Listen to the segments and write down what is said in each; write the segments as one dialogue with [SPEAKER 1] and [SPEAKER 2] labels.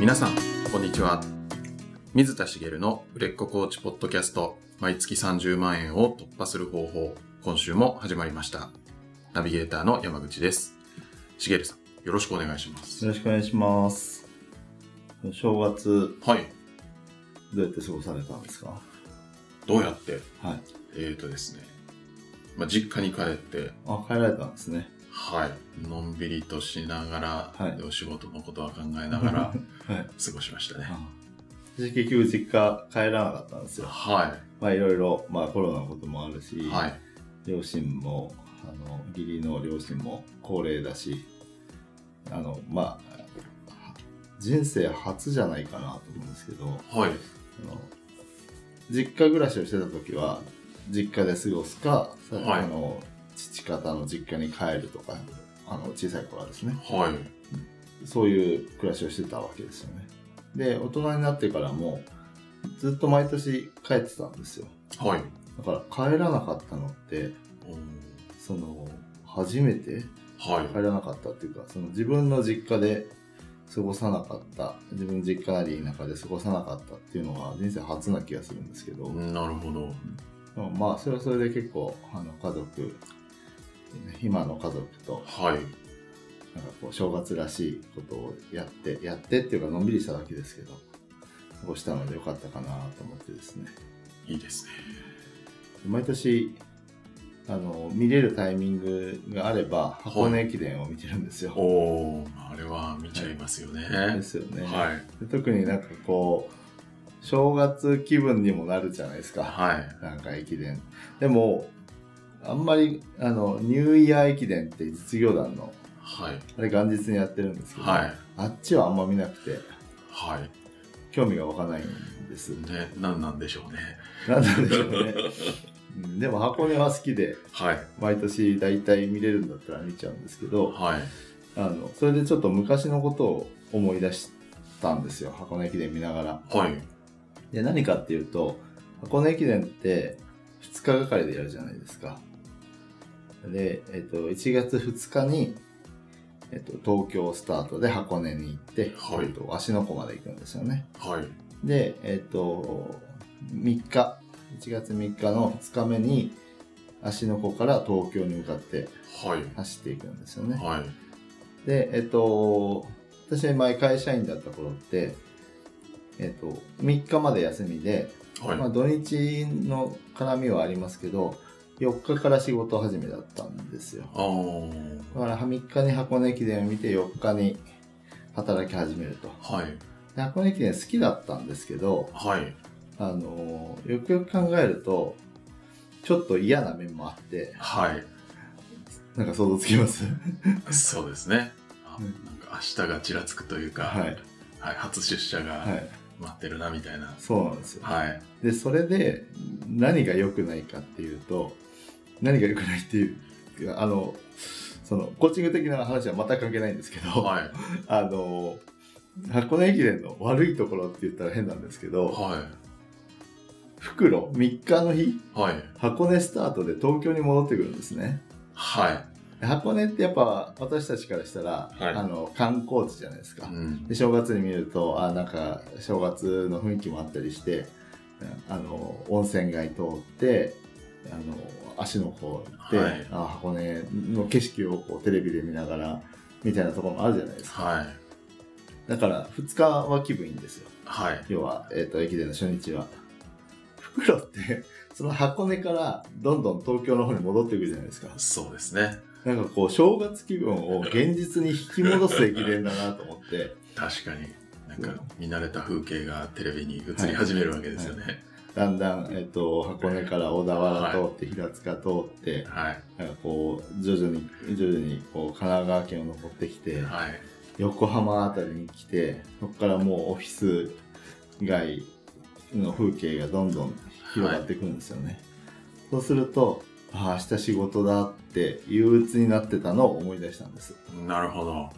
[SPEAKER 1] 皆さん、こんにちは。水田茂の売れっ子コーチポッドキャスト、毎月30万円を突破する方法、今週も始まりました。ナビゲーターの山口です。茂さん、よろしくお願いします。
[SPEAKER 2] よろしくお願いします。正月、
[SPEAKER 1] はい。
[SPEAKER 2] どうやって過ごされたんですか
[SPEAKER 1] どうやって
[SPEAKER 2] はい。
[SPEAKER 1] えーとですね、まあ、実家に帰って、
[SPEAKER 2] あ、帰られたんですね。
[SPEAKER 1] はい。のんびりとしながら、
[SPEAKER 2] はい
[SPEAKER 1] でお仕事のことは考えなが ら
[SPEAKER 2] はい。
[SPEAKER 1] 過ごしましたね。
[SPEAKER 2] あ私結局実家帰らなかったんですよ。
[SPEAKER 1] は
[SPEAKER 2] まあいろいろ、まあコロナのこともあるし、
[SPEAKER 1] い。はい。
[SPEAKER 2] 両親も、あの、義理の両親も高齢だし、あの、まあ、人生初じゃないかなと思うんですけど、
[SPEAKER 1] はい。
[SPEAKER 2] あの実家暮らしをしてた時は実家で過ごすか、さ
[SPEAKER 1] はい
[SPEAKER 2] あの父方の実家に帰るとかあの小さい頃はですね
[SPEAKER 1] はい。
[SPEAKER 2] そういう暮らしをしてたわけですよねで大人になってからもずっと毎年帰ってたんですよ
[SPEAKER 1] はい。
[SPEAKER 2] だから帰らなかったのって
[SPEAKER 1] おー
[SPEAKER 2] その初めて
[SPEAKER 1] はい。
[SPEAKER 2] 帰らなかったっていうかその自分の実家で過ごさなかった自分の実家なり田舎で過ごさなかったっていうのが人生初な気がするんですけど、
[SPEAKER 1] なるほど。
[SPEAKER 2] でもまあそれはそれで結構あの家族今の家族と
[SPEAKER 1] はい。
[SPEAKER 2] なんかこう正月らしいことをやってやってっていうかのんびりしただけですけど過ごしたのでよかったかなと思ってですね
[SPEAKER 1] いいですね。
[SPEAKER 2] 毎年あの見れるタイミングがあれば箱根駅伝を見てるんですよ、
[SPEAKER 1] おお、あれは見ちゃいますよね。は
[SPEAKER 2] で
[SPEAKER 1] い。
[SPEAKER 2] すよね、
[SPEAKER 1] はい。
[SPEAKER 2] で特になんかこう正月気分にもなるじゃないですか、なんか駅伝でもあんまりあのニューイヤー駅伝って実業団の
[SPEAKER 1] はい。
[SPEAKER 2] あれ元日にやってるんですけど、
[SPEAKER 1] はい。
[SPEAKER 2] あっちはあんま見なくて
[SPEAKER 1] はい。
[SPEAKER 2] 興味が湧かないんです
[SPEAKER 1] ね、何なんでしょうね。
[SPEAKER 2] なんなんでしょうねうんでも箱根は好きで
[SPEAKER 1] はい。
[SPEAKER 2] 毎年大体見れるんだったら見ちゃうんですけど
[SPEAKER 1] はい。
[SPEAKER 2] あのそれでちょっと昔のことを思い出したんですよ箱根駅伝見ながら
[SPEAKER 1] はい。
[SPEAKER 2] で何かっていうと箱根駅伝って2日がかりでやるじゃないですかで、えっと1月2日に、えっと東京スタートで箱根に行って、
[SPEAKER 1] はい
[SPEAKER 2] えっと芦ノ湖まで行くんですよね
[SPEAKER 1] はい。
[SPEAKER 2] でえっ、と3日1月3日の2日目に芦ノ湖から東京に向かって
[SPEAKER 1] はい。
[SPEAKER 2] 走っていくんですよね
[SPEAKER 1] はい。
[SPEAKER 2] でえっ、と私前会社員だった頃ってえっ、と3日まで休みでまあ、
[SPEAKER 1] は
[SPEAKER 2] 土日の絡みはありますけど4日から仕事始めだったんですよ
[SPEAKER 1] い。おー
[SPEAKER 2] だから3日に箱根駅伝を見て4日に働き始めると
[SPEAKER 1] はい。
[SPEAKER 2] で箱根駅伝好きだったんですけど、
[SPEAKER 1] はい。
[SPEAKER 2] あのーよくよく考えるとちょっと嫌な面もあって
[SPEAKER 1] は
[SPEAKER 2] なんか想像つきます
[SPEAKER 1] い。そうですね。あ
[SPEAKER 2] う
[SPEAKER 1] なん
[SPEAKER 2] ん
[SPEAKER 1] か明日がちらつくというか、
[SPEAKER 2] はい
[SPEAKER 1] はい初出社
[SPEAKER 2] は
[SPEAKER 1] が
[SPEAKER 2] い
[SPEAKER 1] 待ってるなみたいな。
[SPEAKER 2] そうなんですよ
[SPEAKER 1] はい。
[SPEAKER 2] でそれで何が良くないかっていうと何が良くないっていうあのそのコーチング的な話は全く関係ないんですけど、
[SPEAKER 1] はい。
[SPEAKER 2] あの箱根駅伝の悪いところって言ったら変なんですけど
[SPEAKER 1] は
[SPEAKER 2] 袋3日の日
[SPEAKER 1] い。はい。
[SPEAKER 2] 箱根スタートで東京に戻ってくるんですね
[SPEAKER 1] は
[SPEAKER 2] 箱根ってやっぱ私たちからしたら、
[SPEAKER 1] はい
[SPEAKER 2] あの観光地じゃないですか
[SPEAKER 1] い。う、ん。
[SPEAKER 2] で正月に見るとあなんか正月の雰囲気もあったりしてあの温泉街通ってあの足の方行って、
[SPEAKER 1] はい
[SPEAKER 2] あ箱根の景色をこうテレビで見ながらみたいなところもあるじゃないですか
[SPEAKER 1] はい。
[SPEAKER 2] だから2日は気分いいんですよ
[SPEAKER 1] はい。
[SPEAKER 2] 要は、えー、と駅伝の初日は袋ってその箱根からどんどん東京の方に戻ってくるじゃないですか
[SPEAKER 1] そうですね。
[SPEAKER 2] なんかこう正月気分を現実に引き戻す駅伝だなと思って
[SPEAKER 1] 確かになんか見慣れた風景がテレビに映り始めるわけですよね
[SPEAKER 2] だんだん、えー、と箱根から小田原通って平塚通って
[SPEAKER 1] はい
[SPEAKER 2] なんかこう徐々に徐々にこう神奈川県を登ってきて
[SPEAKER 1] はい、
[SPEAKER 2] 横浜あたりに来てそこからもうオフィス街の風景がどんどん広がっていくんですよね、そうするとああ明日仕事だって憂鬱になってたのを思い出したんです
[SPEAKER 1] なるほど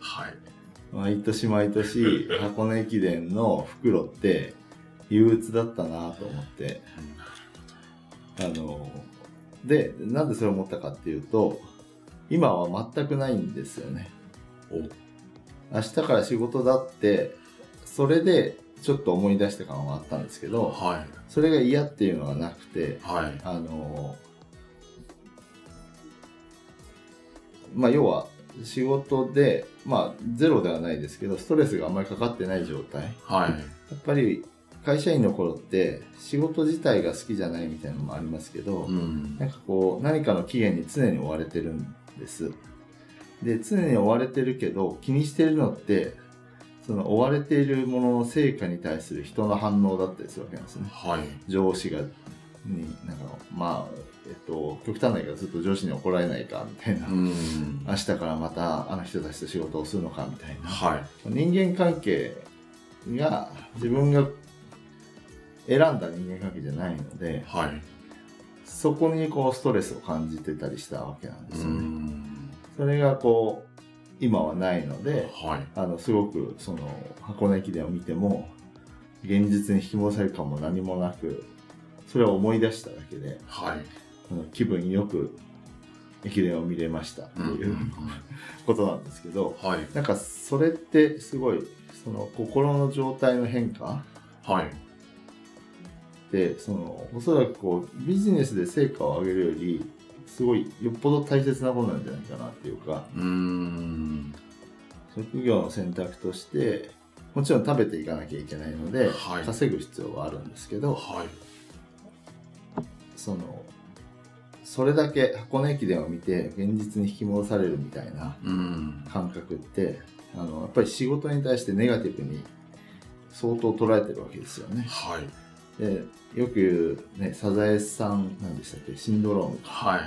[SPEAKER 1] はい
[SPEAKER 2] 毎年毎年箱根駅伝の袋って憂鬱だったなと思ってあのでなんでそれを思ったかっていうと今は全くないんですよね
[SPEAKER 1] お
[SPEAKER 2] 明日から仕事だってそれでちょっと思い出した感はあったんですけど
[SPEAKER 1] は
[SPEAKER 2] それが嫌っていうのはなくて
[SPEAKER 1] い。はい。
[SPEAKER 2] あのまあ要は仕事でまあゼロではないですけどストレスがあんまりかかってない状態や
[SPEAKER 1] はい。
[SPEAKER 2] っぱり会社員の頃って仕事自体が好きじゃないみたいなのもありますけど、
[SPEAKER 1] うん。
[SPEAKER 2] なんかこう何かの期限に常に追われてるんです。で常に追われてるけど気にしてるのってその追われているものの成果に対する人の反応だったりするわけなんですね。
[SPEAKER 1] はい。
[SPEAKER 2] 上司がになんかまあえっと極端な言い方ずっと上司に怒られないかみたいな、
[SPEAKER 1] うん。
[SPEAKER 2] 明日からまたあの人たちと仕事をするのかみたいな、
[SPEAKER 1] は
[SPEAKER 2] 人間関係が自分が選んだ人間関係じゃないので、
[SPEAKER 1] い。はい。
[SPEAKER 2] そこにこうストレスを感じてたりしたわけなん
[SPEAKER 1] う
[SPEAKER 2] ですよね。
[SPEAKER 1] ん。
[SPEAKER 2] それがこう今はないので
[SPEAKER 1] はい。
[SPEAKER 2] あのすごくその箱根駅伝を見ても現実に引き戻される感も何もなくそれを思い出しただけで
[SPEAKER 1] はい。
[SPEAKER 2] あの気分よく駅伝を見れましたって
[SPEAKER 1] うん
[SPEAKER 2] いう、ことなんですけど
[SPEAKER 1] はい。
[SPEAKER 2] なんかそれってすごいその心の状態の変化
[SPEAKER 1] はい。
[SPEAKER 2] でそのおそらくこうビジネスで成果を上げるよりすごいよっぽど大切なことなんじゃないかなっていうか
[SPEAKER 1] うん。
[SPEAKER 2] 職業の選択としてもちろん食べていかなきゃいけないので、
[SPEAKER 1] はい
[SPEAKER 2] 稼ぐ必要はあるんですけど
[SPEAKER 1] はい。
[SPEAKER 2] そのそれだけ箱根駅伝を見て現実に引き戻されるみたいな
[SPEAKER 1] うん。
[SPEAKER 2] 感覚ってあのやっぱり仕事に対してネガティブに相当捉えてるわけですよね。
[SPEAKER 1] はい。
[SPEAKER 2] でよく言う、ね、サザエさんなんでしたっけシンドローム
[SPEAKER 1] はい。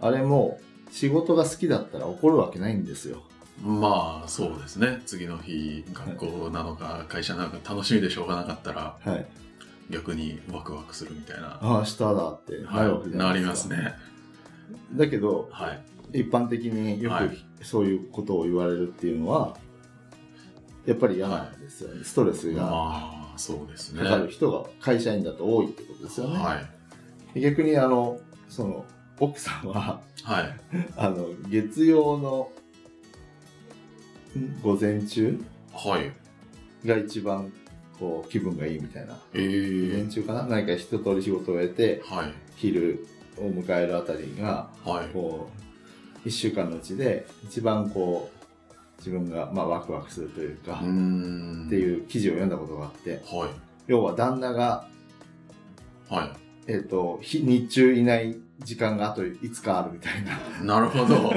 [SPEAKER 2] あれも仕事が好きだったら怒るわけないんですよ。
[SPEAKER 1] まあそうですね次の日学校なのか会社なのか楽しみでしょうがなかったら
[SPEAKER 2] はい、
[SPEAKER 1] 逆にワクワクするみたいな、
[SPEAKER 2] ああ明日だってなるわ
[SPEAKER 1] は
[SPEAKER 2] け
[SPEAKER 1] い、
[SPEAKER 2] じゃな
[SPEAKER 1] ないり
[SPEAKER 2] ですか。
[SPEAKER 1] ますね
[SPEAKER 2] だけど
[SPEAKER 1] はい
[SPEAKER 2] 一般的によ
[SPEAKER 1] は
[SPEAKER 2] くそういうことを言われるっていうのはやっぱり嫌なんですよね、ストレスが
[SPEAKER 1] まあそうですね
[SPEAKER 2] かかる人が会社員だと多いってことですよね、
[SPEAKER 1] はい
[SPEAKER 2] 逆にあのその奥さんは
[SPEAKER 1] はい
[SPEAKER 2] あの月曜のん午前中
[SPEAKER 1] はい
[SPEAKER 2] が一番こう気分がいいみたいな
[SPEAKER 1] え
[SPEAKER 2] 午前
[SPEAKER 1] ー、
[SPEAKER 2] 中かな何か一通り仕事を終えて
[SPEAKER 1] はい
[SPEAKER 2] 昼を迎えるあたりが
[SPEAKER 1] はい
[SPEAKER 2] こう1週間のうちで一番こう自分がまあワクワクするというか、
[SPEAKER 1] うー
[SPEAKER 2] っ
[SPEAKER 1] ん
[SPEAKER 2] ていう記事を読んだことがあって
[SPEAKER 1] は
[SPEAKER 2] 要は旦那が、
[SPEAKER 1] いは
[SPEAKER 2] えー、と日日中いない時間があといつかあるみたいな
[SPEAKER 1] いなるほ ど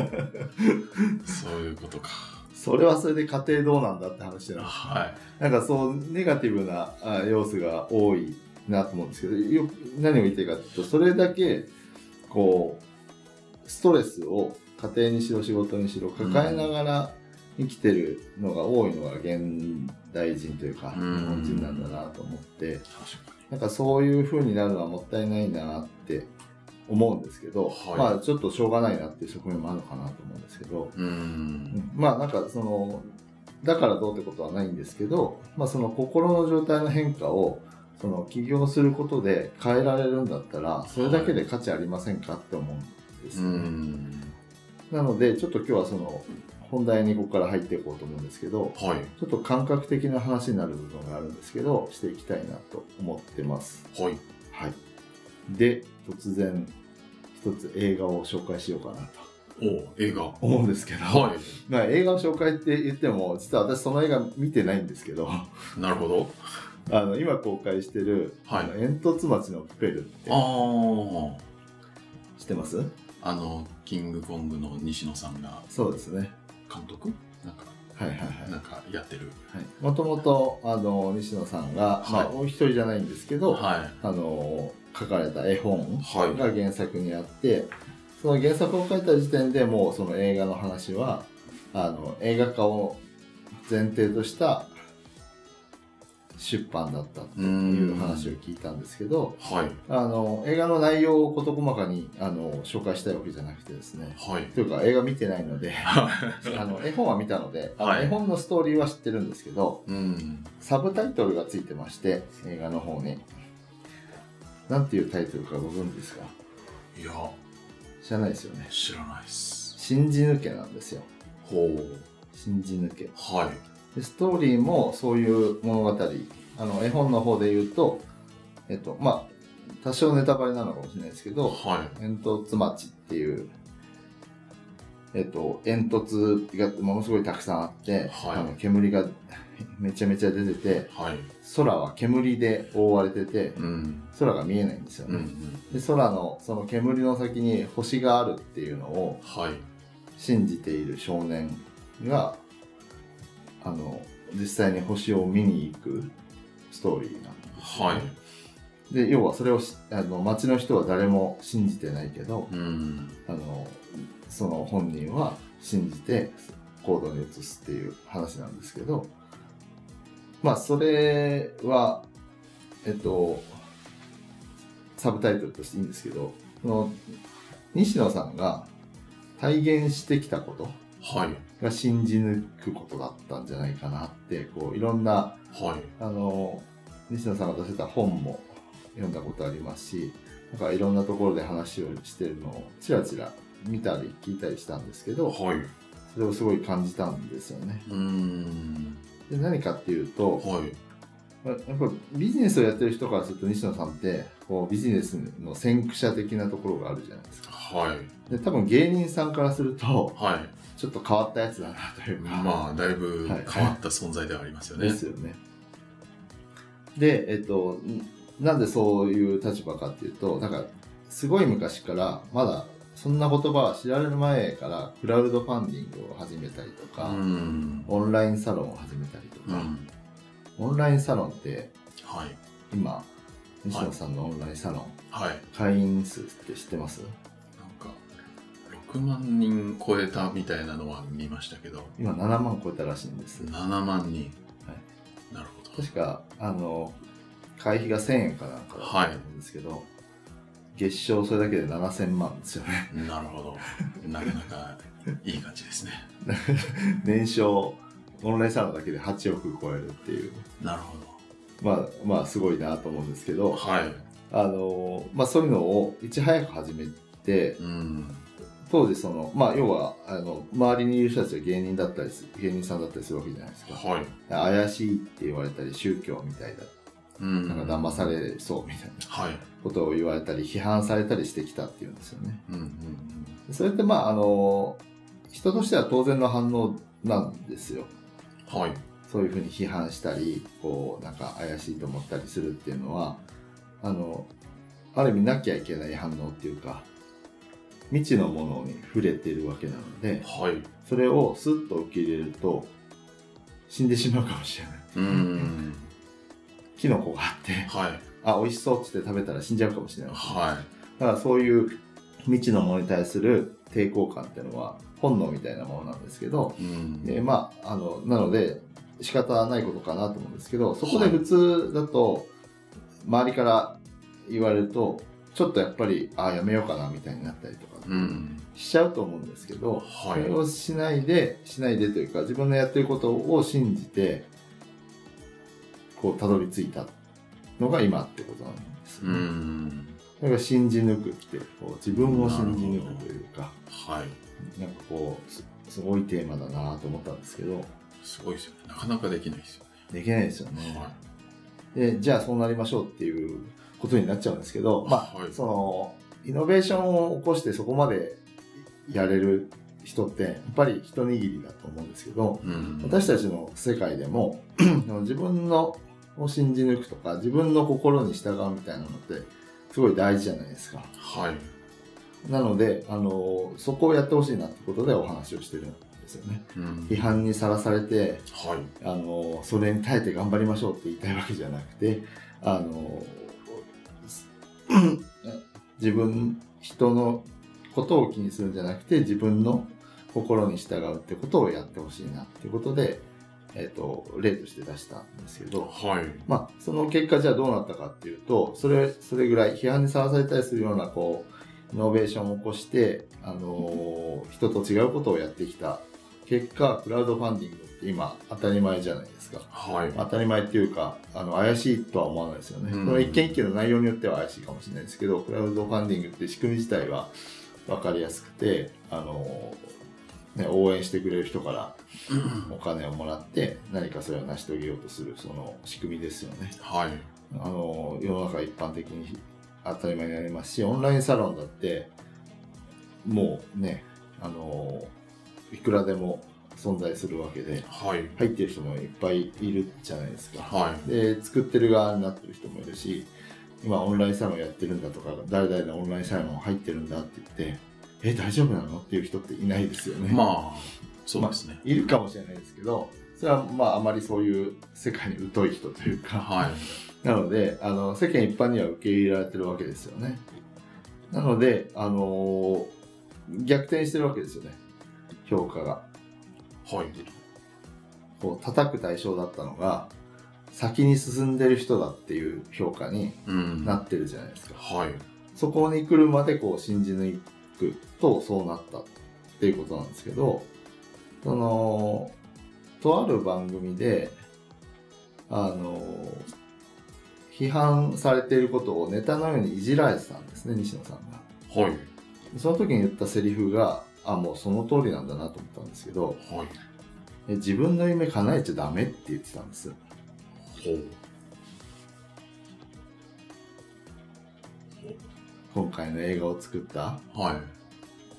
[SPEAKER 1] そういうことか
[SPEAKER 2] それはそれで家庭どうなんだって話なの
[SPEAKER 1] は
[SPEAKER 2] なんかそうネガティブなあ要素が多いなと思うんですけどよ何を言いたいかというとそれだけこうストレスを家庭にしろ仕事にしろ抱えながら生きてるのが多いのが現代人というか日
[SPEAKER 1] うん
[SPEAKER 2] 本人なんだなと思っ
[SPEAKER 1] い
[SPEAKER 2] て
[SPEAKER 1] 確か
[SPEAKER 2] なんかそういう風になるのはもったいないなって思うんですけど、
[SPEAKER 1] はい
[SPEAKER 2] まあちょっとしょうがないなっていう側面もあるのかなと思うんですけど。
[SPEAKER 1] にうーん
[SPEAKER 2] まあなんかそのだからどうってことはないんですけど、まあ、その心の状態の変化をその起業することで変えられるんだったらそれだけで価値ありませんかって思うんで
[SPEAKER 1] う
[SPEAKER 2] す
[SPEAKER 1] ー
[SPEAKER 2] よね、
[SPEAKER 1] ん
[SPEAKER 2] なのでちょっと今日はその本題にここから入っていこうと思うんですけど
[SPEAKER 1] はい
[SPEAKER 2] ちょっと感覚的な話になる部分があるんですけどしていきたいなと思ってます
[SPEAKER 1] はい
[SPEAKER 2] はいで突然一つ映画を紹介しようかなと
[SPEAKER 1] お映画
[SPEAKER 2] 思うんですけど
[SPEAKER 1] は
[SPEAKER 2] まあ、映画の紹介って言っても実は私その映画見てないんですけど あ
[SPEAKER 1] いなるほど
[SPEAKER 2] の今公開してる「
[SPEAKER 1] はい
[SPEAKER 2] あの煙突町のプペル」って
[SPEAKER 1] ああ
[SPEAKER 2] 知ってます
[SPEAKER 1] あの、キングコングの西野さんが
[SPEAKER 2] そうですね
[SPEAKER 1] 監督なんか、
[SPEAKER 2] はいはいはい
[SPEAKER 1] なんかやってる。
[SPEAKER 2] もともとあの西野さんが、
[SPEAKER 1] はい
[SPEAKER 2] まあ、お一人じゃないんですけど、
[SPEAKER 1] は
[SPEAKER 2] あの書かれた絵本
[SPEAKER 1] はい
[SPEAKER 2] が原作にあって、その原作を書いた時点でもうその映画の話はあの映画化を前提とした出版だった
[SPEAKER 1] い。う
[SPEAKER 2] と
[SPEAKER 1] ん
[SPEAKER 2] いう話を。聞いたんですけど、
[SPEAKER 1] はい。
[SPEAKER 2] あの映画の内容を事細かにあの紹介したいわけじゃなくてですね
[SPEAKER 1] はい。
[SPEAKER 2] というか映画見てないので あの絵本は見たので、あの
[SPEAKER 1] はい
[SPEAKER 2] 絵本のストーリーは知ってるんですけど
[SPEAKER 1] うん。
[SPEAKER 2] サブタイトルがついてまして映画の方になんていうタイトルかご存知ですか
[SPEAKER 1] いや、
[SPEAKER 2] 知らないですよね
[SPEAKER 1] 知らないっす。
[SPEAKER 2] 信じ抜けなんですよ
[SPEAKER 1] ほう。
[SPEAKER 2] 信じ抜け
[SPEAKER 1] はい。
[SPEAKER 2] でストーリーもそういう物語あの絵本の方で言うとえっとまあ多少ネタバレなのかもしれないですけど
[SPEAKER 1] は
[SPEAKER 2] 煙突町っていう、えっと、煙突がものすごいたくさんあって、
[SPEAKER 1] はい
[SPEAKER 2] あの煙がめちゃめちゃ出てて
[SPEAKER 1] い。はい。
[SPEAKER 2] 空は煙で覆われてて
[SPEAKER 1] うん。
[SPEAKER 2] 空が見えないんですよ
[SPEAKER 1] うんう
[SPEAKER 2] ね、
[SPEAKER 1] ん。
[SPEAKER 2] で空のその煙の先に星があるっていうのを
[SPEAKER 1] はい。
[SPEAKER 2] 信じている少年があの実際に星を見に行くストーリーなんですよね、
[SPEAKER 1] は
[SPEAKER 2] で要はそれをしあの街の人は誰も信じてないけど、
[SPEAKER 1] い。うん。
[SPEAKER 2] あのその本人は信じて行動に移すっていう話なんですけどまあそれはえっとサブタイトルとしていいんですけどこの西野さんが体現してきたこと
[SPEAKER 1] はい。
[SPEAKER 2] が信じ抜くことだったんじゃないかなってこういろんな
[SPEAKER 1] はい。
[SPEAKER 2] あの西野さんが出せた本も読んだことありますしなんかいろんなところで話をしてるのをちらちら見たり聞いたりしたんですけど
[SPEAKER 1] はい。
[SPEAKER 2] それをすごい感じたんですよね。
[SPEAKER 1] うん。
[SPEAKER 2] で何かっていうと
[SPEAKER 1] はい。
[SPEAKER 2] やっぱビジネスをやってる人からすると西野さんってこうビジネスの先駆者的なところがあるじゃないですか。
[SPEAKER 1] はい。
[SPEAKER 2] で多分芸人さんからすると
[SPEAKER 1] はい。
[SPEAKER 2] ちょっと変わったやつだなというか。
[SPEAKER 1] まあ、だいぶ
[SPEAKER 2] はい
[SPEAKER 1] 変わった存在ではありますよね。
[SPEAKER 2] ですよね。で、えっと、んなんでそういう立場かっていうと、なんか、すごい昔から、まだ、そんな言葉は知られる前から、クラウドファンディングを始めたりと
[SPEAKER 1] う
[SPEAKER 2] か、
[SPEAKER 1] ん。
[SPEAKER 2] オンラインサロンを始めたりと
[SPEAKER 1] う
[SPEAKER 2] か、
[SPEAKER 1] ん。
[SPEAKER 2] オンラインサロンって、
[SPEAKER 1] はい。
[SPEAKER 2] 今、西野さんのオンラインサロン、
[SPEAKER 1] はい。
[SPEAKER 2] 会員数って知ってます
[SPEAKER 1] なんか、6万人超えたみたいなのは見ましたけど、
[SPEAKER 2] 今7万超えたらしいんです。
[SPEAKER 1] 7万人。
[SPEAKER 2] は
[SPEAKER 1] なるほど。
[SPEAKER 2] 確か、あの、会費が1000円かなんかだったと思うんですけど、月賞それだけで7000万ですよね。
[SPEAKER 1] なるほど。なかなかいい感じですね。
[SPEAKER 2] 年商オンラインサロンだけで8億超えるっていう
[SPEAKER 1] なるほ
[SPEAKER 2] まあまあすごいなと思うんですけ
[SPEAKER 1] ど。
[SPEAKER 2] ど
[SPEAKER 1] はい。
[SPEAKER 2] あのまあそういうのをいち早く始めて
[SPEAKER 1] うん。
[SPEAKER 2] 当時そのまあ要はあの周りにいる人たちは芸人だったりす芸人さんだったりするわけじゃないですか
[SPEAKER 1] はい。
[SPEAKER 2] 怪しいって言われたり宗教みたいだ
[SPEAKER 1] うん。
[SPEAKER 2] なんか騙されそうみたいな
[SPEAKER 1] はい。
[SPEAKER 2] ことを言われたり批判されたりしてきたっていうんですよね
[SPEAKER 1] うんうん
[SPEAKER 2] それってまああの人としては当然の反応なんですよ
[SPEAKER 1] うん。はい。
[SPEAKER 2] そういうふうに批判したりこうなんか怪しいと思ったりするっていうのはあのある意味なきゃいけない反応っていうか未知のものに触れてるわけなので
[SPEAKER 1] はい。
[SPEAKER 2] それをスッと受け入れると死んでしまうかもしれない
[SPEAKER 1] うん。
[SPEAKER 2] キノコがあって
[SPEAKER 1] はい。
[SPEAKER 2] あ美味しそうっつって食べたら死んじゃうかもしれない
[SPEAKER 1] は
[SPEAKER 2] だからそういう未知のものに対する抵抗感っていうのは本能みたいなものなんですけど
[SPEAKER 1] い。うん。
[SPEAKER 2] でまああのなので仕方ないことかなと思うんですけどそこで普通だと周りから言われるとちょっとやっぱりああやめようかなみたいになったりとか
[SPEAKER 1] うん。
[SPEAKER 2] しちゃうと思うんですけど、
[SPEAKER 1] はい
[SPEAKER 2] それをしないでしないでというか自分のやってることを信じてこうたどり着いたのが今ってことなんですよ
[SPEAKER 1] う
[SPEAKER 2] ね、
[SPEAKER 1] ん。
[SPEAKER 2] だから信じ抜くってこう自分を信じ抜くというか
[SPEAKER 1] はい。
[SPEAKER 2] なんかこうすすごいテーマだなと思ったんですけど。
[SPEAKER 1] すごいですよね。なかなかできないですよ
[SPEAKER 2] できないですよ
[SPEAKER 1] ね。
[SPEAKER 2] ね、
[SPEAKER 1] は
[SPEAKER 2] でじゃあそうなりましょうっていうことになっちゃうんですけど、まあ
[SPEAKER 1] はい
[SPEAKER 2] そのイノベーションを起こしてそこまでやれる人ってやっぱり一握りだと思うんですけど
[SPEAKER 1] い。うん。
[SPEAKER 2] 私たちの世界でも 自分のを信じ抜くとか自分の心に従うみたいなのってすごい大事じゃないですか
[SPEAKER 1] はい。
[SPEAKER 2] なのであのそこをやってほしいなってことでお話をしてるんですよね
[SPEAKER 1] うん。
[SPEAKER 2] 批判にさらされて
[SPEAKER 1] はい。
[SPEAKER 2] あのそれに耐えて頑張りましょうって言いたいわけじゃなくてあの 自分人のことを気にするんじゃなくて自分の心に従うってことをやってほしいなっていうことで、えー、と例として出したんですけど、
[SPEAKER 1] はい。
[SPEAKER 2] まあ、その結果じゃあどうなったかっていうとそれそれぐらい批判にさらされたりするようなこうイノベーションを起こして、あのー人と違うことをやってきた結果クラウドファンディングって今当たり前じゃないですか
[SPEAKER 1] はい。
[SPEAKER 2] 当たり前っていうかあの怪しいとは思わないですよね、
[SPEAKER 1] うん
[SPEAKER 2] その一件一件の内容によっては怪しいかもしれないですけどクラウドファンディングっていう仕組み自体は分かりやすくて、あのーね、応援してくれる人からお金をもらって何かそれを成し遂げようとするその仕組みですよね。
[SPEAKER 1] はい。
[SPEAKER 2] あの世の中一般的に当たり前になりますしオンラインサロンだってもうねあのいくらでも存在するわけで
[SPEAKER 1] はい。
[SPEAKER 2] 入ってる人もいっぱいいるじゃないですか。
[SPEAKER 1] は
[SPEAKER 2] で作ってる側になってる人もいるし今オンラインサロンやってるんだとか誰々のオンラインサロン入ってるんだって言ってえ大丈夫なのっていう人っていないですよ
[SPEAKER 1] い。
[SPEAKER 2] ね、
[SPEAKER 1] まあ、そうですね。
[SPEAKER 2] いるかもしれないですけどそれはまああまりそういう世界に疎い人というか、
[SPEAKER 1] はい。
[SPEAKER 2] なのであの世間一般には受け入れられてるわけですよねなのであのー逆転してるわけですよね評価が
[SPEAKER 1] はい。
[SPEAKER 2] こう叩く対象だったのが先に進んでる人だっていう評価に
[SPEAKER 1] うん。
[SPEAKER 2] な
[SPEAKER 1] は
[SPEAKER 2] ってるじゃないですか
[SPEAKER 1] い。
[SPEAKER 2] そこに来るまでこう信じ抜くとそうなったっていうことなんですけどそのとある番組であの批判されていることをネタのようにいじられてたんですね西野さんが
[SPEAKER 1] はい。
[SPEAKER 2] その時に言ったセリフがあもうその通りなんだなと思ったんですけど
[SPEAKER 1] はい。
[SPEAKER 2] え自分の夢叶えちゃダメって言ってたんです
[SPEAKER 1] ほう。
[SPEAKER 2] 今回の映画を作った
[SPEAKER 1] はい。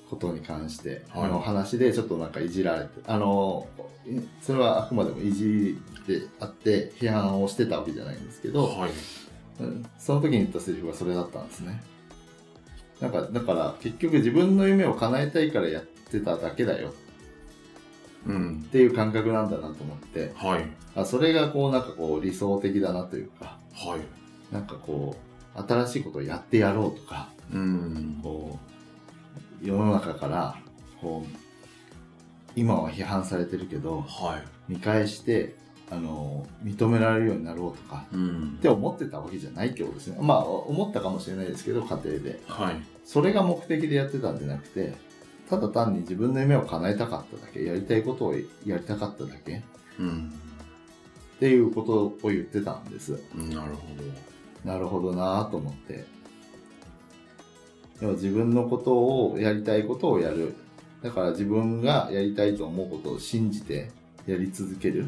[SPEAKER 2] ことに関して、
[SPEAKER 1] はい
[SPEAKER 2] の話でちょっとなんかいじられてあのいそれはあくまでもいじってあって批判をしてたわけじゃないんですけど、
[SPEAKER 1] はい。
[SPEAKER 2] うんその時に言ったセリフがそれだったんですねなんかだから結局自分の夢を叶えたいからやってただけだよ
[SPEAKER 1] うん
[SPEAKER 2] っ。ていう感覚なんだなと思って
[SPEAKER 1] はい。
[SPEAKER 2] あそれがこうなんかこう理想的だなというか
[SPEAKER 1] はい。
[SPEAKER 2] なんかこう新しいことをやってやろうとか
[SPEAKER 1] うん。
[SPEAKER 2] こう世の中からこう今は批判されてるけど
[SPEAKER 1] は
[SPEAKER 2] 見返してあの認められるようになろうとか
[SPEAKER 1] い。うん
[SPEAKER 2] っ。て思ってたわけじゃないってことですねまあ思ったかもしれないですけど家庭で
[SPEAKER 1] はい。
[SPEAKER 2] それが目的でやってたんじゃなくてただ単に自分の夢を叶えたかっただけやりたいことをやりたかっただけっ
[SPEAKER 1] うん。
[SPEAKER 2] ていうことを言ってたんです
[SPEAKER 1] なるほ
[SPEAKER 2] なるほどなぁと思って。要は自分のことをやりたいことをやる。だから自分がやりたいと思うことを信じてやり続ける。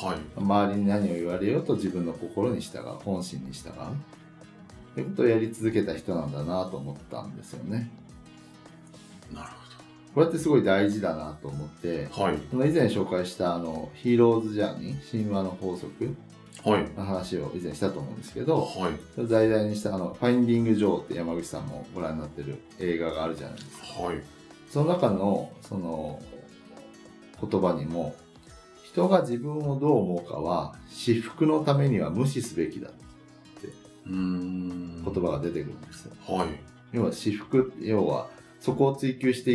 [SPEAKER 1] ど。はい。
[SPEAKER 2] 周りに何を言われようと自分の心に従う。本心に従う。ってことをやり続けた人なんだなぁと思ったんですよね。
[SPEAKER 1] なる
[SPEAKER 2] これってすごい大事だなと思って、
[SPEAKER 1] ほど。はい。
[SPEAKER 2] その以前紹介したあの、ヒーローズジャーニー、神話の法則
[SPEAKER 1] はい。
[SPEAKER 2] の話を以前したと思うんですけど、
[SPEAKER 1] はい。
[SPEAKER 2] 題材にしたあの「ファインディング・ジョー」って山口さんもご覧になってる映画があるじゃないですか
[SPEAKER 1] はい。
[SPEAKER 2] その中のその言葉にも「人が自分をどう思うかは私服のためには無視すべきだ」
[SPEAKER 1] うーん。
[SPEAKER 2] 言葉が出てくるんですよ
[SPEAKER 1] はい。
[SPEAKER 2] 要は私服要はそこを追求して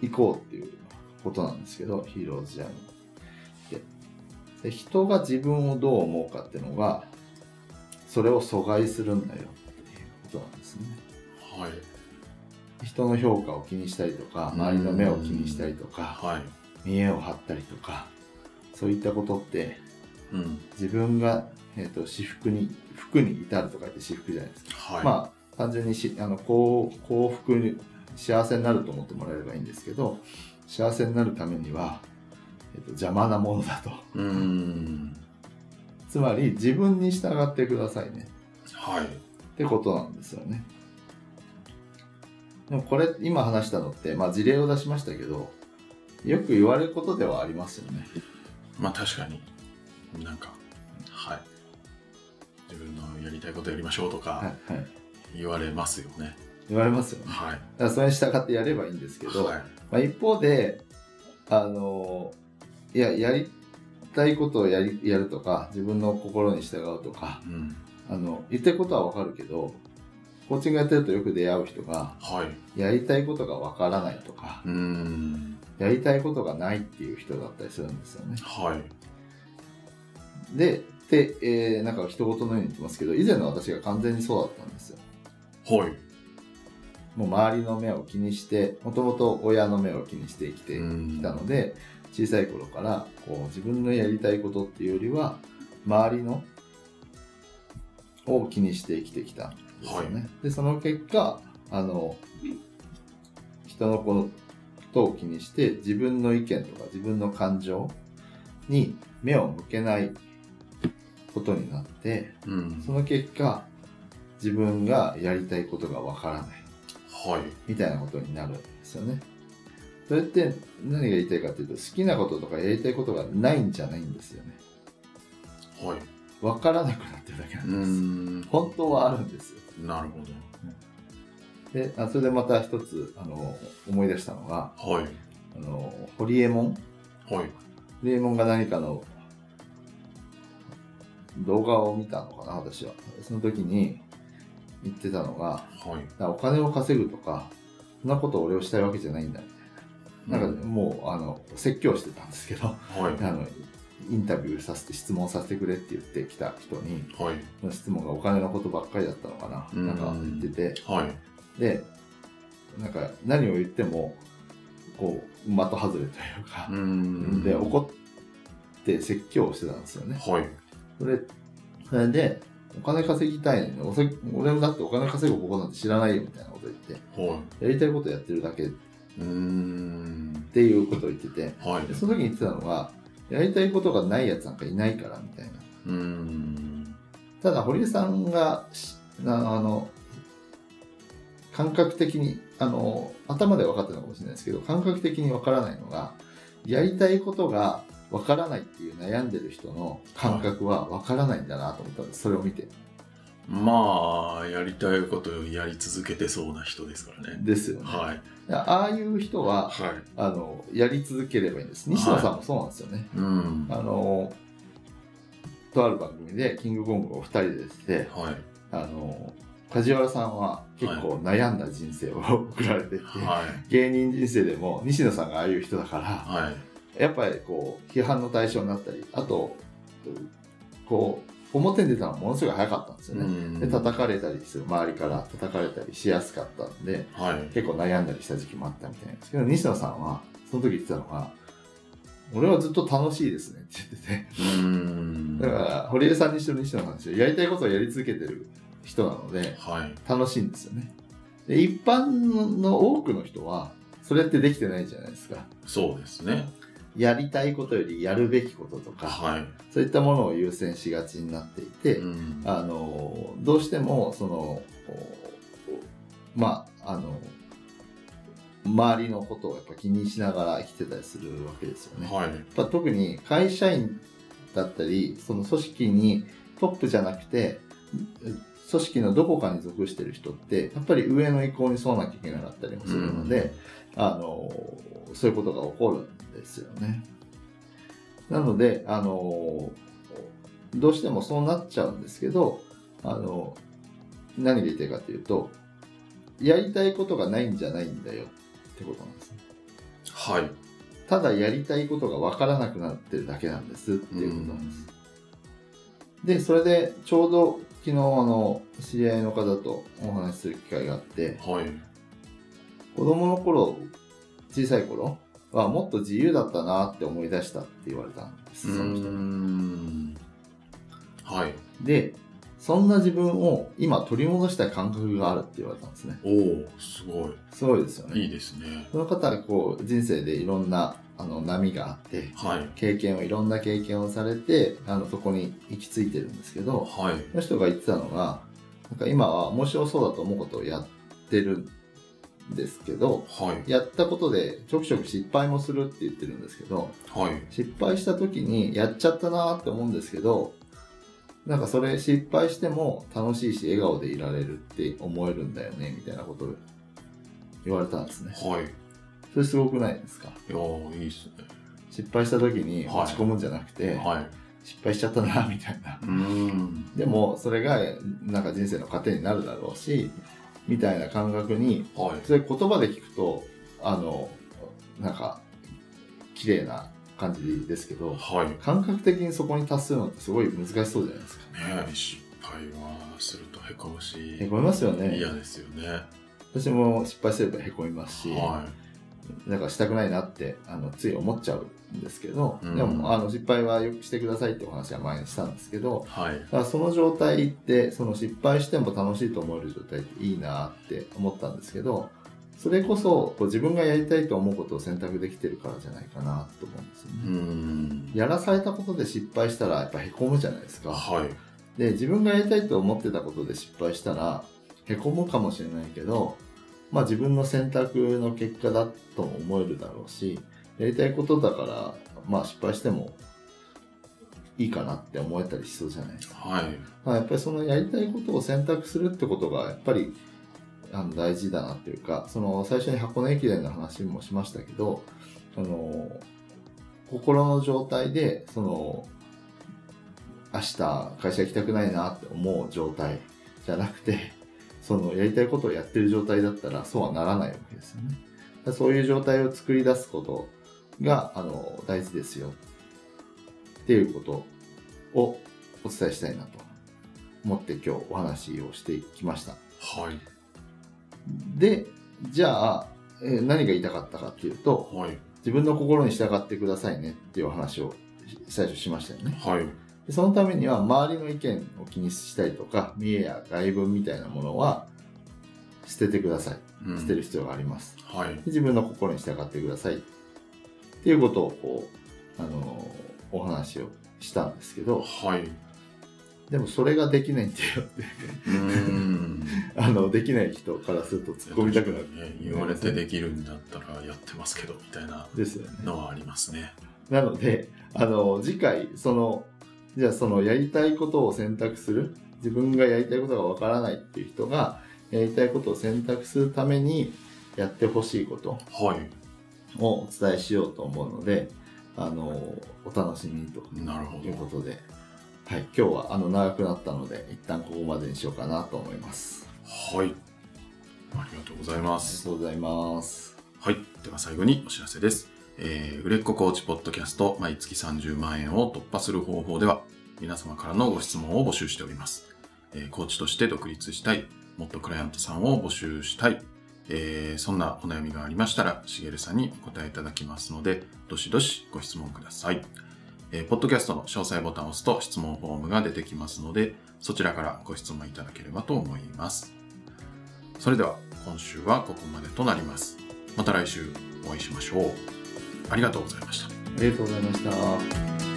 [SPEAKER 2] いこうっていうことなんですけどヒーローズジャーニーでで人が自分をどう思うかっていうのがそれを阻害するんだよっていうことなんですね
[SPEAKER 1] はい。
[SPEAKER 2] 人の評価を気にしたりとか
[SPEAKER 1] うん
[SPEAKER 2] 周りの目を気にしたりとか
[SPEAKER 1] はい。
[SPEAKER 2] 見栄を張ったりとかそういったことって
[SPEAKER 1] うん。
[SPEAKER 2] 自分が、えー、と私服に服に至るとか言って私服じゃないですか、
[SPEAKER 1] はい。
[SPEAKER 2] まあ単純にしあの幸幸福に幸せになると思ってもらえればいいんですけど幸せになるためには、えー、と邪魔なものだと
[SPEAKER 1] うーん。
[SPEAKER 2] つまり自分に従ってくださいね
[SPEAKER 1] はい。
[SPEAKER 2] ってことなんですよね。でもこれ今話したのって、まあ、事例を出しましたけどよく言われることではありますよね。
[SPEAKER 1] まあ確かに。なんか、はい。自分のやりたいことやりましょうと
[SPEAKER 2] は
[SPEAKER 1] か
[SPEAKER 2] いはい、
[SPEAKER 1] 言われますよね。
[SPEAKER 2] 言われますよね。
[SPEAKER 1] はい。
[SPEAKER 2] だからそれに従ってやればいいんですけど、
[SPEAKER 1] はい。
[SPEAKER 2] まあ、一方であのいややりたいことをやりやるとか自分の心に従うとか
[SPEAKER 1] うん。
[SPEAKER 2] あの言ってることはわかるけどコーチングやってるとよく出会う人が
[SPEAKER 1] はい。
[SPEAKER 2] やりたいことがわからないとか
[SPEAKER 1] うーん。
[SPEAKER 2] やりたいことがないっていう人だったりするんですよね。
[SPEAKER 1] はい。
[SPEAKER 2] で、で、えーなんか人事のように言ってますけど、以前の私が完全にそうだったんですよ。
[SPEAKER 1] はい。
[SPEAKER 2] もう周りの目を気にして、もともと親の目を気にして生きて
[SPEAKER 1] うん
[SPEAKER 2] きたので、小さい頃からこう自分のやりたいことっていうよりは、周りのを気にして生きてきたんですよね。で、その結果、あの、人のこのことを気にして自分の意見とか自分の感情に目を向けないことになって
[SPEAKER 1] うん。
[SPEAKER 2] その結果自分がやりたいことがわからない
[SPEAKER 1] はい。
[SPEAKER 2] みたいなことになるんですよね。それって何が言いたいかというと好きなこととかやりたいことがないんじゃないんですよね。
[SPEAKER 1] はい。
[SPEAKER 2] わからなくなってるだけな
[SPEAKER 1] うん
[SPEAKER 2] で
[SPEAKER 1] ん。
[SPEAKER 2] す。本当はあるんですよ。
[SPEAKER 1] なるほ
[SPEAKER 2] であそれでまた一つあの思い出したのが
[SPEAKER 1] ど。はい。
[SPEAKER 2] あのホリエモン
[SPEAKER 1] はい。
[SPEAKER 2] ホリエモンが何かの動画を見たのかな私はその時に言ってたのが
[SPEAKER 1] はい。
[SPEAKER 2] だからお金を稼ぐとかそんなことを俺をしたいわけじゃないんだなんか、もうあの説教してたんですけど
[SPEAKER 1] はい
[SPEAKER 2] あ。のインタビューさせて質問させてくれって言ってきた人に
[SPEAKER 1] はい。
[SPEAKER 2] その質問がお金のことばっかりだったのかな
[SPEAKER 1] うん
[SPEAKER 2] なんか言ってて
[SPEAKER 1] はい。
[SPEAKER 2] でなんか何を言ってもこう的外れというか、
[SPEAKER 1] ん
[SPEAKER 2] で怒って説教をしてたんですよね
[SPEAKER 1] はい。
[SPEAKER 2] それそれでお金稼ぎたいのにおせ俺だってお金稼ぐ方法なんて知らないよみたいなこと言って
[SPEAKER 1] は
[SPEAKER 2] やりたいことやってるだけっ
[SPEAKER 1] い。うん。
[SPEAKER 2] ていうことを言ってて
[SPEAKER 1] はい。
[SPEAKER 2] でその時に言ってたのがやりたいことがないやつなんかいないからみたいな
[SPEAKER 1] うん。
[SPEAKER 2] ただ堀江さんがしなあの感覚的にあの頭では分かってたのかもしれないですけど感覚的に分からないのがやりたいことが分からないっていう悩んでる人の感覚は分からないんだなと思ったんですそれを見て
[SPEAKER 1] まあ、やりたいことをやり続けてそうな人ですからね。
[SPEAKER 2] ですよね
[SPEAKER 1] はい。
[SPEAKER 2] いやああいう人は
[SPEAKER 1] は
[SPEAKER 2] あのやり続ければいいんです西野さんもそうなんですよね、
[SPEAKER 1] い。うん。は
[SPEAKER 2] あのとある番組でキングコングを2人でして
[SPEAKER 1] い。
[SPEAKER 2] あの梶原さんは結構悩んだ人生を送られていて、
[SPEAKER 1] はい。
[SPEAKER 2] 芸人人生でも西野さんがああいう人だから
[SPEAKER 1] はい。
[SPEAKER 2] やっぱりこう批判の対象になったりあとこう表に出たのものすごい早かったんですよね、
[SPEAKER 1] ん
[SPEAKER 2] で叩かれたりする周りから叩かれたりしやすかったんで
[SPEAKER 1] はい。
[SPEAKER 2] 結構悩んだりした時期もあったみたいなんですけど西野さんはその時言ってたのが「俺はずっと楽しいですね」って言ってて
[SPEAKER 1] うん。
[SPEAKER 2] だから堀江さんにしろ西野さんにしろやりたいことをやり続けてる人なので
[SPEAKER 1] はい。
[SPEAKER 2] 楽しいんですよねで一般の多くの人はそれってできてないじゃないですか
[SPEAKER 1] そうですね。
[SPEAKER 2] やりたいことよりやるべきこととか
[SPEAKER 1] は
[SPEAKER 2] そういったものを優先しがちになってい
[SPEAKER 1] い。
[SPEAKER 2] て
[SPEAKER 1] うん。
[SPEAKER 2] あのどうしてもそのこうまああの周りのことをやっぱ気にしながら生きてたりするわけですよね。やっ
[SPEAKER 1] はい。
[SPEAKER 2] ぱ特に会社員だったりその組織にトップじゃなくて組織のどこかに属してる人ってやっぱり上の意向にそうなきゃいけなかったりもするので、あのそういうことが起こるんですよね。なのであのどうしてもそうなっちゃうんですけどあの何が言いたいかというとやりたいことがないんじゃないんだよってことなんですね。
[SPEAKER 1] はい。
[SPEAKER 2] ただやりたいことが分からなくなってるだけなんですっていうことなんです。でそれでちょうど昨日あの知り合いの方とお話しする機会があって
[SPEAKER 1] はい。
[SPEAKER 2] 子供の頃小さい頃はもっと自由だったなって思い出したって言われたんです
[SPEAKER 1] う
[SPEAKER 2] その人に
[SPEAKER 1] ん。はい。
[SPEAKER 2] でそんな自分を今取り戻したい感覚があるって言われたんですね
[SPEAKER 1] おお、すごい。
[SPEAKER 2] すごいですよね
[SPEAKER 1] いいですね。
[SPEAKER 2] その方はこう人生でいろんなあの波があって
[SPEAKER 1] はい。
[SPEAKER 2] 経験をいろんな経験をされてあのそこに行き着いてるんですけど
[SPEAKER 1] はい。
[SPEAKER 2] その人が言ってたのがなんか今は面白そうだと思うことをやってるんですけど
[SPEAKER 1] はい。
[SPEAKER 2] やったことでちょくちょく失敗もするって言ってるんですけど
[SPEAKER 1] はい。
[SPEAKER 2] 失敗した時にやっちゃったなーって思うんですけどなんかそれ失敗しても楽しいし笑顔でいられるって思えるんだよねみたいなことを言われたんですね
[SPEAKER 1] はい。
[SPEAKER 2] それすごくないですか
[SPEAKER 1] いやーいいです
[SPEAKER 2] 失敗した時に
[SPEAKER 1] はい
[SPEAKER 2] 落ち込むんじゃなくて、
[SPEAKER 1] ね。はい。
[SPEAKER 2] 失敗しちゃったなみたいな
[SPEAKER 1] うーん。
[SPEAKER 2] でもそれがなんか人生の糧になるだろうしみたいな感覚に
[SPEAKER 1] はい。
[SPEAKER 2] それ言葉で聞くとあのなんか綺麗な感じですけど
[SPEAKER 1] はい。ね
[SPEAKER 2] 感覚的にそこに達するのってすごい難しそうじゃないですか。
[SPEAKER 1] え失敗はするとへこむし、
[SPEAKER 2] へこみますよね。
[SPEAKER 1] 嫌ですよね。
[SPEAKER 2] 私も失敗すればへこみますし、
[SPEAKER 1] は
[SPEAKER 2] なんかしたくないなってあのつい思っちゃうんですけど、
[SPEAKER 1] うん
[SPEAKER 2] でもあの失敗はよくしてくださいってお話は前にしたんですけど
[SPEAKER 1] い。、はい。
[SPEAKER 2] だからその状態ってその失敗しても楽しいと思える状態っていいなって思ったんですけどそれこそこう自分がやりたいと思うことを選択できてるからじゃないかなと思うんですよね。
[SPEAKER 1] うん。
[SPEAKER 2] やらされたことで失敗したらやっぱへこむじゃないですか。
[SPEAKER 1] はい。
[SPEAKER 2] で自分がやりたいと思ってたことで失敗したらへこむかもしれないけど、まあ、自分の選択の結果だとも思えるだろうしやりたいことだから、まあ、失敗してもいいかなって思えたりしそうじゃないですか、
[SPEAKER 1] はい。
[SPEAKER 2] まあ、やっぱりそのやりたいことを選択するってことがやっぱりあの大事だなっていうかその最初に箱根駅伝の話もしましたけどあの心の状態でその明日会社行きたくないなって思う状態じゃなくてそのやりたいことをやってる状態だったらそうはならないわけですよねだからそういう状態を作り出すことがあの大事ですよっていうことをお伝えしたいなと思って今日お話をしてきました
[SPEAKER 1] はい。
[SPEAKER 2] でじゃあえー何が言いたかったかっていうと
[SPEAKER 1] はい。
[SPEAKER 2] 自分の心に従ってくださいねっていうお話をし最初しましたよね
[SPEAKER 1] はい。
[SPEAKER 2] でそのためには周りの意見を気にしたりとか見栄や外文みたいなものは捨ててください
[SPEAKER 1] うん
[SPEAKER 2] 捨てる必要があります、
[SPEAKER 1] はい
[SPEAKER 2] で。自分の心に従ってくださいっていうことをこう、あのーお話をしたんですけど
[SPEAKER 1] はい。
[SPEAKER 2] でもそれができないんだよって
[SPEAKER 1] うん。
[SPEAKER 2] あのできない人からすると 突っ込みたくなる
[SPEAKER 1] ね。言われてできるんだったらやってますけど、みたいな
[SPEAKER 2] ですよね
[SPEAKER 1] のはありますね。
[SPEAKER 2] なので、あの、次回、その、じゃあそのやりたいことを選択する、自分がやりたいことがわからないっていう人が、やりたいことを選択するためにやってほしいこと
[SPEAKER 1] はい。
[SPEAKER 2] をお伝えしようと思うので、あの、お楽しみにと
[SPEAKER 1] なるほ
[SPEAKER 2] いうこ
[SPEAKER 1] ど。
[SPEAKER 2] とで、はい、今日はあの長くなったので、一旦ここまでにしようかなと思います。
[SPEAKER 1] はい。ありがとうございま
[SPEAKER 2] ありが
[SPEAKER 1] す。
[SPEAKER 2] とうございます。
[SPEAKER 1] はい。では最後にお知らせです。えー、売れっ子コーチポッドキャスト毎月30万円を突破する方法では、皆様からのご質問を募集しております。えーコーチとして独立したい、もっとクライアントさんを募集したい、えーそんなお悩みがありましたら、しげるさんにお答えいただきますので、どしどしご質問ください。えーポッドキャストの詳細ボタンを押すと質問フォームが出てきますので、そちらからご質問いただければと思います。それでは、今週はここまでとなります。また来週お会いしましょう。ありがとうございました。
[SPEAKER 2] ありがとうございました。